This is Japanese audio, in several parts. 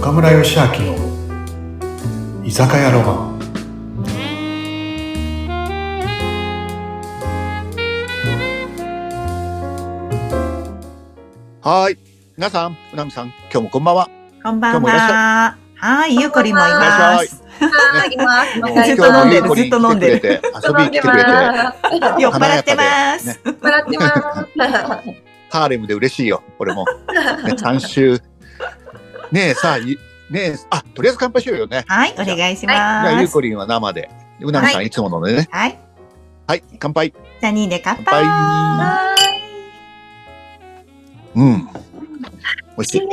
岡村義明の居酒屋ロマンはーい。皆さん、うなみさん、今日もこんばんは。こんば今日んもいらっしは。はい、ゆうこりんもいます。あります。もうずっと飲んでる今日もゆうこりん来てくれて遊びに 来てくれて、ます。酔っ払ってます。ね笑っ てます。ハーレムで嬉しいよ、俺も。ね、3週。ねえ、さあ、いねえ、あ、とりあえず乾杯しようよね。はい、お願いしじゃあ、まゆうす。こりんは生で、うなみさん、い、つものでね。はい、はい、乾杯。じゃあ二で乾乾杯。うん。美味しい。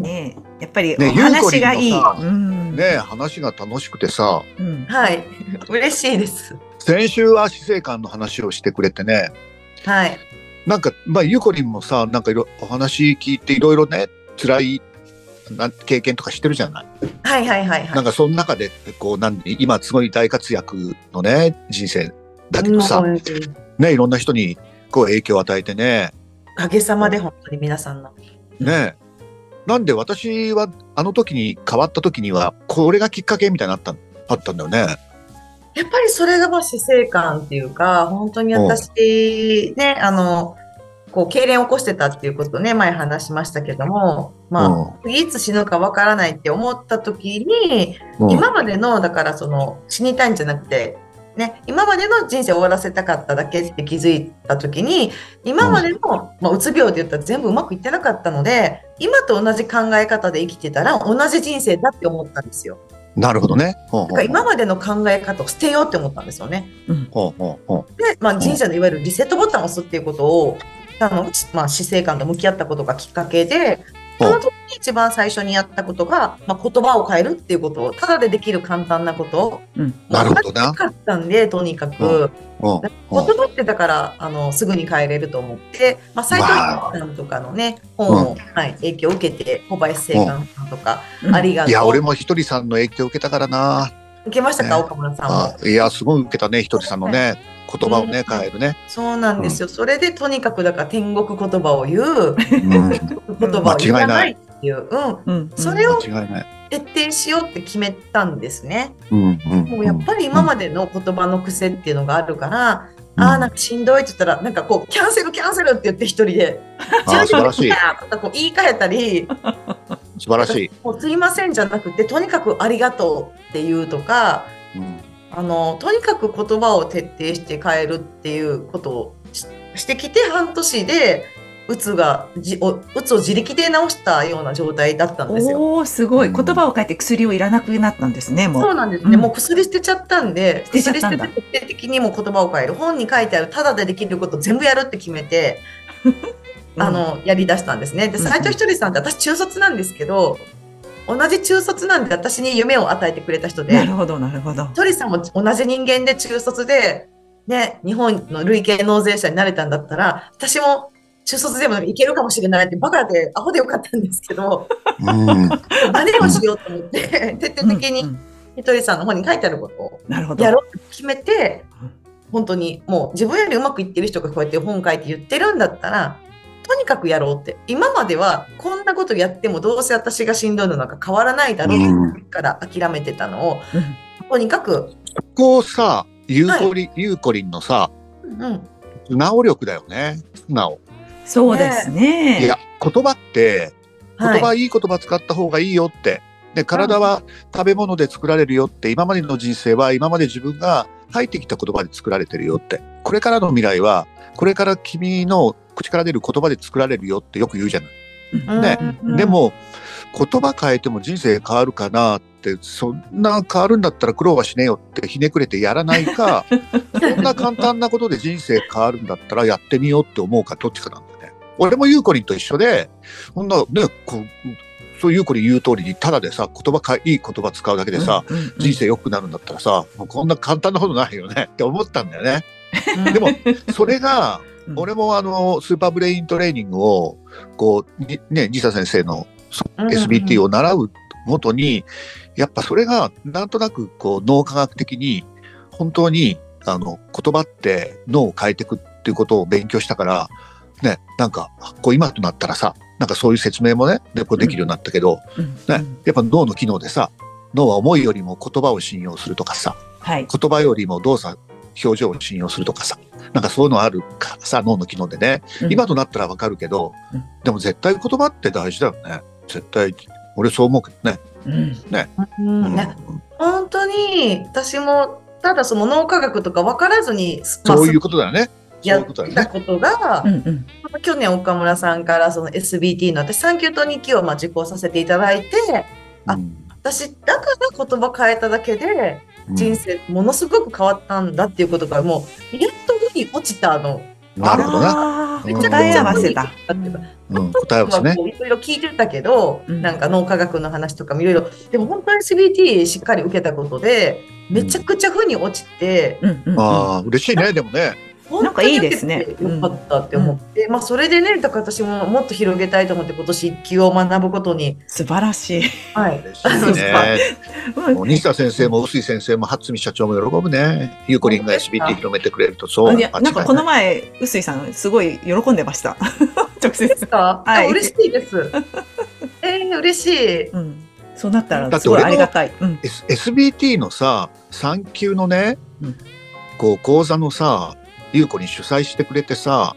ねえ、やっぱりおねゆうこりん話のがいい。さうんねえ、話が楽しくてさ、うんはい。嬉しいです。先週は死生観の話をしてくれてね、はい。なんか、まあ、ゆうこりんもさ、なんかいろ、お話聞いていろいろね、辛い、なん経験とかしてるじゃない。はいはいはいなんはか、その中で、こう、なんで、今すごい大活躍のね、人生だけどい。さ、ね、いろんな人に、こう、影響を与えてね、おかげさまで本当に皆さんの。ね。なんで、私は、あの時に、変わった時には、これがきっかけみたいになった、あったんだよね。やっぱりそれがまあ死生観っていうか、本当に私、ね、あの、こう、痙攣を起こしてたっていうことね、前話しましたけども、まあ、次いつ死ぬかわからないって思った時に、うん、うん今までのだからその死にたいんじゃなくて、ね、今までの人生を終わらせたかっただけって気づいた時に今までの、まあ、うつ病で言ったら全部うまくいってなかったので今と同じ考え方で生きてたら同じ人生だって思ったんですよなるほどね。ほうだから今までの考え方を捨てようって思ったんですよねほうほうほうほで、まあ、人生のいわゆるリセットボタンを押すっていうことをあの、まあ、死生観と向き合ったことがきっかけでうそほのう時に一番最初にやったことが、まあ、言葉を変えるっていうことをただでできる簡単なことをなるほどなな。かったんで、とにかうく、うん言うん葉ってだから、あの、すぐに変えれると思って、まあ、斎藤さんとかのね、本を、はい、影響を受けて、小林正観さんとか、ありがとう。いや、俺もひとりさんの影響を受けたからな。受けましたか、ね岡村さんあも。いや、すごい受けたね、ひとりさんのね、言葉をね、うん変えるね。そうなんですよ。それで、とにかくだから、天国言葉を言 う、言葉を言わないっていう、うん。うんうんそれを間違いない。徹底しようって決めたんですね。うんうんもうやっぱり今までの言葉の癖っていうのがあるから、ああ、なんかしんどいって言ったら、なんかこう、キャンセル、キャンセルって言って一人で、あー素晴らしい、とかこう言い換えたり、素晴らしもうすいませんじゃなくて、とにかくありがとうっていうとか、い。うんあの、とにかく言葉を徹底して変えるっていうことをししてきて半年で、うつが、じおうつを自力で治したような状態だったんですよ。おお、すごうい。ん言葉を変えて薬をいらなくなったんですね。もそうう。なんですね。うんもう薬捨てちゃったんで、捨てちゃったんだ薬捨てて徹底的にもう言葉を変える。本に書いてある、ただでできること全部やるって決めて、あの、やり出したんですね。で、うんうん斎藤ひとりさんって私中卒なんですけど、同じ中卒なんで私に夢を与えてくれた人うん、なで、るほど、なるほどひ。とりさんも同じ人間で中卒で、ね、日本の累計納税者になれたんだったら、私も中卒でもいけるかもしれないってバカでアホでよかったんですけど、うん何をしようと思って、徹う底的んうにんひとりさんの本に書いてあることをなるほど。やろうって決めてうん、本当にもう自分よりうまくいってる人がこうやって本書いて言ってるんだったら、とにかくやろうって。今まではこんなことやってもどうせ私がしんどいのなんか変わらないだろうから諦めてたのを、うんとにかく、こうさ、ゆうこりん、ゆうこりんのさ、うん、素直力だよね。素直。そうですね。いや、言葉って、言葉、、はいい言葉使った方がいいよって。で、体は食べ物で作られるよって、今までの人生は今まで自分が入ってきた言葉で作られてるよって。これからの未来は、これから君の口から出る言葉で作られるよってよく言うじゃない。うんねうんでも言葉変えても人生変わるかなってそんな変わるんだったら苦労はしねえよってひねくれてやらないかそんな簡単なことで人生変わるんだったらやってみようって思うかどっちかなんだよね。俺もゆうこりんと一緒でそんなねこうそうゆうこりん言う通りにただでさ言葉かいい言葉使うだけでさ、うん、うんうん人生良くなるんだったらさもうこんな簡単なことないよねって思ったんだよね。でもそれがうん俺もあのスーパーブレイントレーニングをこうにね西田先生のうん SBT を習うごとに、やっぱそれがなんとなくこう脳科学的に本当にあの言葉って脳を変えていくっていうことを勉強したから、ね、なんか、こう今となったらさ、なんかそういう説明もね、でこうできるようになったけど、うんねうんやっぱ脳の機能でさ、脳は思いよりも言葉を信用するとかさ、はい。言葉よりも動作、表情を信用するとかさ、なんかそういうのあるからさ、脳の機能でね、うん今となったらわかるけど、うんでも絶対言葉って大事だよね。絶対、俺そう思うけどね。うんうんね、本当に私もただその脳科学とか分からずに、まあそういうことだよね。そうやいうっことだよてねた。ことがう、んうん去年岡村さんからその SBT の私3級と2級をまあ受講させていただいてあうん私だから言葉変えただけでうん人生ものすごく変わったんだっていうことがもうやっと腑に落ちたの。なるほどな。あーうん答え合わせだ。うんうん、答えはですね。いろいろ聞いてたけど、うんなんか脳科学の話とかもいろいろでも本当に SBT しっかり受けたことでめちゃくちゃ腑に落ちて、うんうんうんああ、嬉しいね、でもね。なんかいいですね本当によかったって思って、まあそれでねだから私ももっと広げたいと思って今年一級を学ぶことに、素晴 らしい。はい、嬉しいね。もう西田先生も臼井先生も初見社長も喜ぶね。ゆうこりんが SBT 広めてくれると、そう。いやなんかこの前臼井さんすごい喜んでました。 直接。か、はいあ嬉しいです。 えー、嬉しい。うん。そうなっただらってすご俺いのありがたい。うん。 S- SBT のさ、3級のねうん、こう、講座のさ、ゆうこりん主催してくれてさ、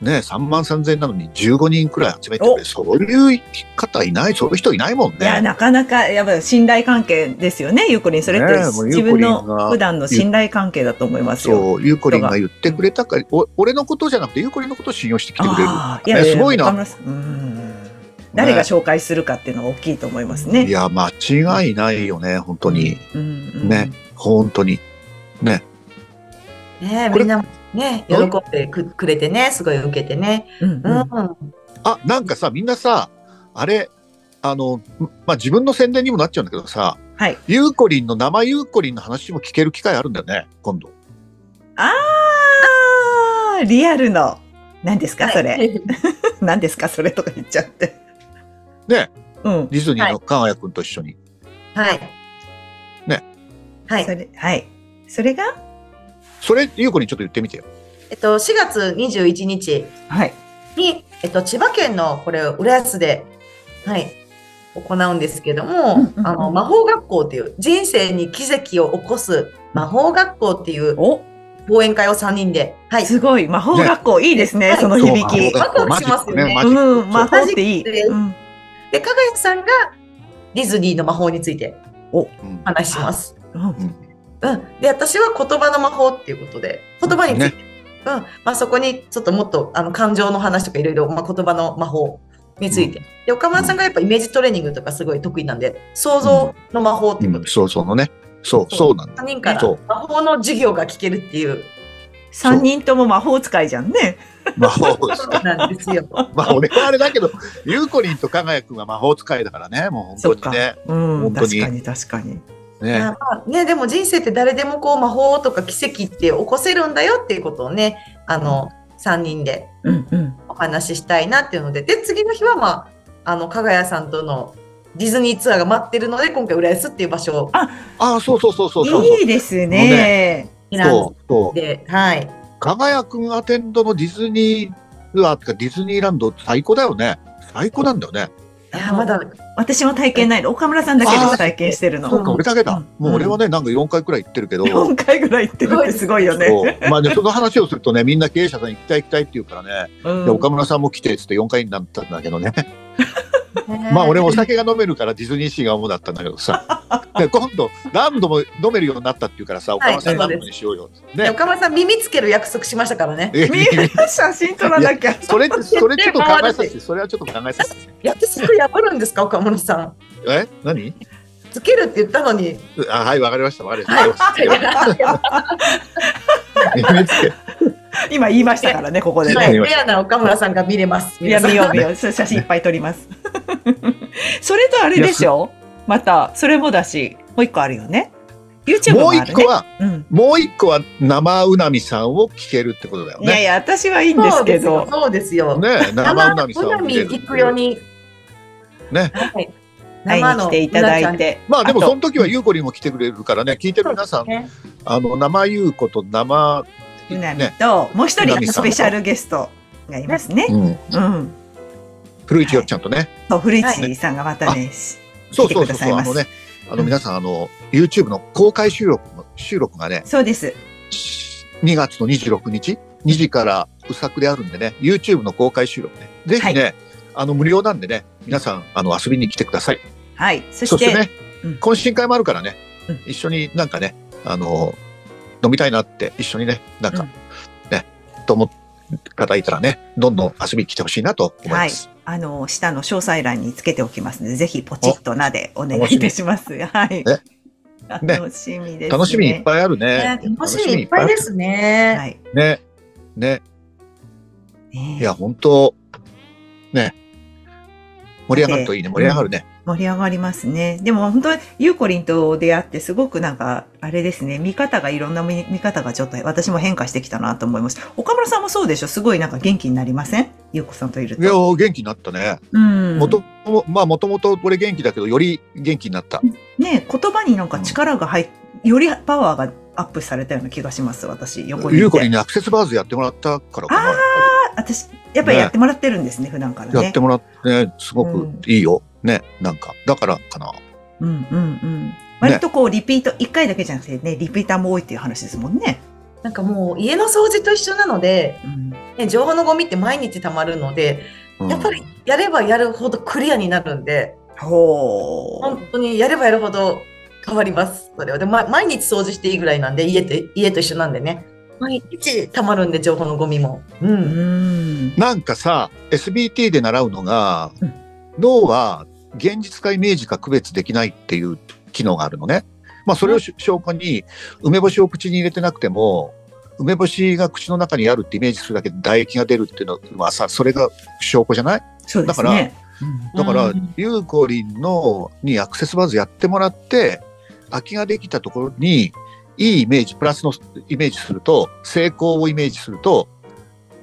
ね、3万3000円なのに15人くらい集めてくれる。そういう方いない、そういう人いないもんいやね。なかなかやっぱり信頼関係ですよねゆうこりんそれっねてえもうゆ自うこりん分のが普段の信頼関係だと思いますよ。そう、ゆうこりんが言ってくれたから、お俺のことじゃなくて、ゆうこりんのことを信用してきてくれる。ああいやいやねすごいな岡村さんうん誰が紹介するかっていうのは大きいと思いますね。いや、間違いないよね、本当に。うんうんね本当に。ねこみれんなもね喜うんんでくくれてねすごい受けてね。うんう。うんんあ、なんかさ、みんなさ、あれ、あの、まあ、自分の宣伝にもなっちゃうんだけどさ、はい。ゆうこりんの、生ゆうこりんの話も聞ける機会あるんだよね、今度。ああリアルの何ですかそ れ何ですかそれとか言っちゃって。ね。うん。ディズニーのかがやくんと一緒に。はい。ね。はそい。れはい。それがそれ、ゆうこりんちょっと言ってみてよ。えっと4月21日はい。にえっと千葉県のこれ浦安ではい行うんですけども、うんうんうんあの魔法学校っていう人生に奇跡を起こす魔法学校っていうお講演会を3人ではい。すごい魔法学校、いいですねはいそのそう響魔法き。学校ワクワクしますよねマジックうねんマ魔ジック法っていい。そううんで加賀谷さんがディズニーの魔法についてそううん話します。うんうん、で私は言葉の魔法っていうことで言葉について、うんまあ、そこにちょっともっとあの感情の話とかいろいろ、まあ、言葉の魔法について、で岡村さんがやっぱイメージトレーニングとかすごい得意なんで想像の魔法っていううこんと、そうそうのね。そう、そうなんだ。 3人からそう魔法の授業が聞けるっていう三人とも魔法使いじゃんね。魔法です ことなんですよ。まあ、俺はあれだけど、ゆうこりんとかがやくんは魔法使いだからね、もう本当にね。う本ん、当確にかに確かに。ねまあね、でも人生って誰でもこう魔法とか奇跡って起こせるんだよっていうことをねあの3人でうんうん。お話ししたいなっていうので、で、次の日は、まあ、あの、加賀谷さんとのディズニーツアーが待ってるので、今回、浦安っていう場所をああ、そうそうそうそうそうそう。いいですね。選そんうそう。で、はい。加賀谷君アテンドのディズニーツアーとかディズニーランド最高だよね。最高なんだよね。いや、まだ、私も体験ないの。岡村さんだけです体験してるそうの。か、俺だけだ。うんもう俺はね、なんか4回くらい行ってるけど。 4回ぐらい行ってるってすごいよね。そうまあね、その話をするとね、みんな経営者さん行きたい行きたいって言うからね、うんで岡村さんも来てっつって4回になったんだけどね、まあ俺お酒が飲めるからディズニーシーが主だったんだけどさ、 で今度、何度も飲めるようになったって言うからさ、岡村さん何度にしようよ、ねね岡村さん、耳つける約束しましたからね。えみんな写真撮らなきゃ。それ、それちょっと考えさせて、それはちょっと考えさせて。約 束破るんですか、岡村さん。え何つけるって言ったのに。あはい、わかりました、わかりました。今言いましたからね、ここではね。い、レアな岡村さんが見れます。いや、見よう見よよう。写真いっぱい撮ります。 それとあれでしょまた、それもだし、もう一個あるよね。YouTube ももうあ一る個ね。は、うん。もう一個は生うなみさんを聞けるってことだよいやいね。や、私はいいんですそうけですどよ。。そうですよ。ねえ生うなみさんを生見れる行くように。ねはい。会いに来ていただいて。まあでもとその時はゆうこりんも来てくれるからね、聞いてる皆さん、ねあの生ゆうこと生うなみねと、もう一うなみ人さスんペシャルゲストがいますね。うん、うん。古市よっちゃんとね、そう、古市さんがまたね、しそう来てそうくそだうさそ、いうあますのね、あの皆さん、あの、YouTube の公開収録も、収録がね、そうです。 2月の26日、2時からうさくであるんでね、YouTube の公開収録ね、ぜひね、あの、無料なんでね、皆さん、あの、遊びに来てください。はい。そそし、しててね、うん懇親会もあるからね、うん一緒になんかね、あの、飲みたいなって、一緒にね、なんか、うんね、と思う方いたらね、どんどん遊びに来てほしいなと思います。あの、下の詳細欄につけておきますので、ぜひポチッとなでお願いいたします。はねい。楽しみです、ね。楽しみいっぱいあるね。ね楽しみいっぱい楽しみでいすね。はい。っぱいあるね。ね。ねいや、本当ね。盛り上がるといいね。で盛り上がるね。盛り上がりますね。でも本当にゆうこりんと出会ってすごくなんか、あれですね、見方がいろんな見見方がちょっと私も変化してきたなと思いました。岡村さんもそうでしょすごいなんか元気になりませんゆうこさんといるいや、と。元気になったね。うん。もとも、まあ、もともと俺元気だけど、より元気になった。ね言葉になんか力が入っ、よりパワーがアップされたような気がします、私。横にいて。ゆうこにねアクセスバーズやってもらったからかな。やっあ私、やっぱりやってもらってるんですね、普段からぱりね。やってもらって、ね、すごくいいよ。ね。なんか、だからかな。うんうんうん。割とこう、リピート、一回だけじゃなくてね、リピーターも多いっていう話ですもんね。なんかもう家の掃除と一緒なので、うん。ね、情報のゴミって毎日溜まるので、うんやっぱりやればやるほどクリアになるんで、ほう。本当にやればやるほど変わります。それはで、ま、毎日掃除していいぐらいなんで、家と家と一緒なんでね。毎日溜まるんで、情報のゴミも。う。うんん。なんかさ、SBT で習うのがうん、脳は現実かイメージか区別できないっていう機能があるのね。まあそれをし証拠に、梅干しを口に入れてなくても、梅干しが口の中にあるってイメージするだけで唾液が出るっていうのはさ、それが証拠じゃないそうですだからね。うんだから、うんゆうこりんのにアクセスバーズやってもらって、空きができたところに、いいイメージ、プラスのイメージすると、成功をイメージすると、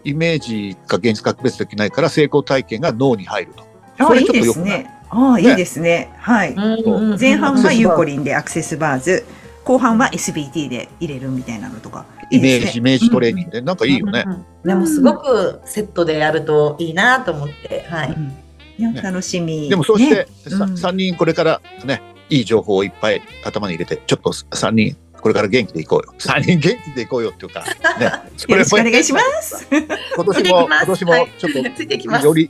イメージか現実か区別できないから、成功体験が脳に入ると。あそれいいちょっとで良すくないね。ああ、いいですね。はい。うん前半はうんゆうこりんでアクセスバーズ、後半は SBT で入れるみたいなのとか。いイいメーですねジ、イメージトレーニングで、なんかいいよね。うんうんでもすごくセットでやるといいなと思って、はい。うんいや楽しみ。でもそうしねて、うさん三3人これからね、いい情報をいっぱい頭に入れて、ちょっと3人、これから元気でいこうよ。3人元気でいこうよって いうか、ね、それよろもしくお願い します。今年いも、今ただきます年もちょっとついていきます。より、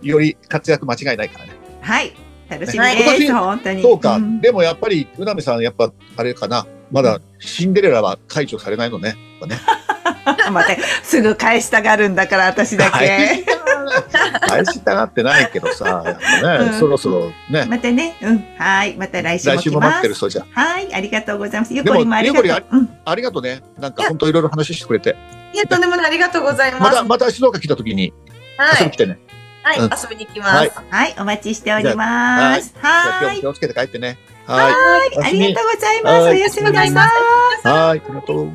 より活躍間違いないからね。はい。楽しみはい今です。年本当に。そうか、んでもやっぱり、うなみさん、やっぱ、あれかな、まだシンデレラは解除されないのね。やっぱね またすぐ返したがるんだから、私だけ。返したがってないけどさ、やっぱね、うんそろそろね、またね。うん。はい。また来週来も週来も待まってるす。そうじゃ。はい。ありがとうございます。ゆうこりんもありがとゆうう。うん。ありがとうね、なんか本当いろいろ話してくれて、いや、とんでもない。ありがとうございま。ますた、また静岡来た時には遊びい来。てね。はい、うん遊びに行きます。はい。お待ちしております。じゃあ今日はいも気。をつけて帰ってね。はい。おあやすみりがとうございます。おはいやすみなさい。はい、ありがとう。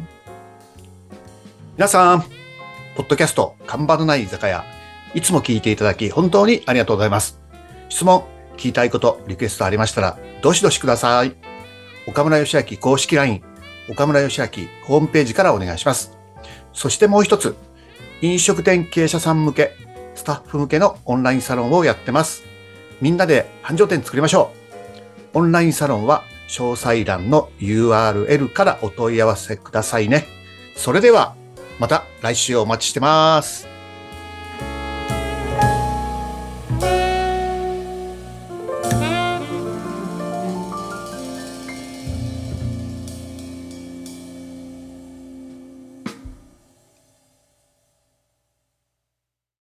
皆さん、ポッドキャスト、看板のない居酒屋、いつも聞いていただき、本当にありがとうございます。質問、聞きたいこと、リクエストありましたら、どしどしください。岡村義明公式 LINE、岡村義明ホームページからお願いします。そしてもう一つ、飲食店経営者さん向け、スタッフ向けのオンラインサロンをやってます。みんなで繁盛店作りましょう。オンラインサロンは、詳細欄の URL からお問い合わせくださいね。それでは、また来週お待ちしてます。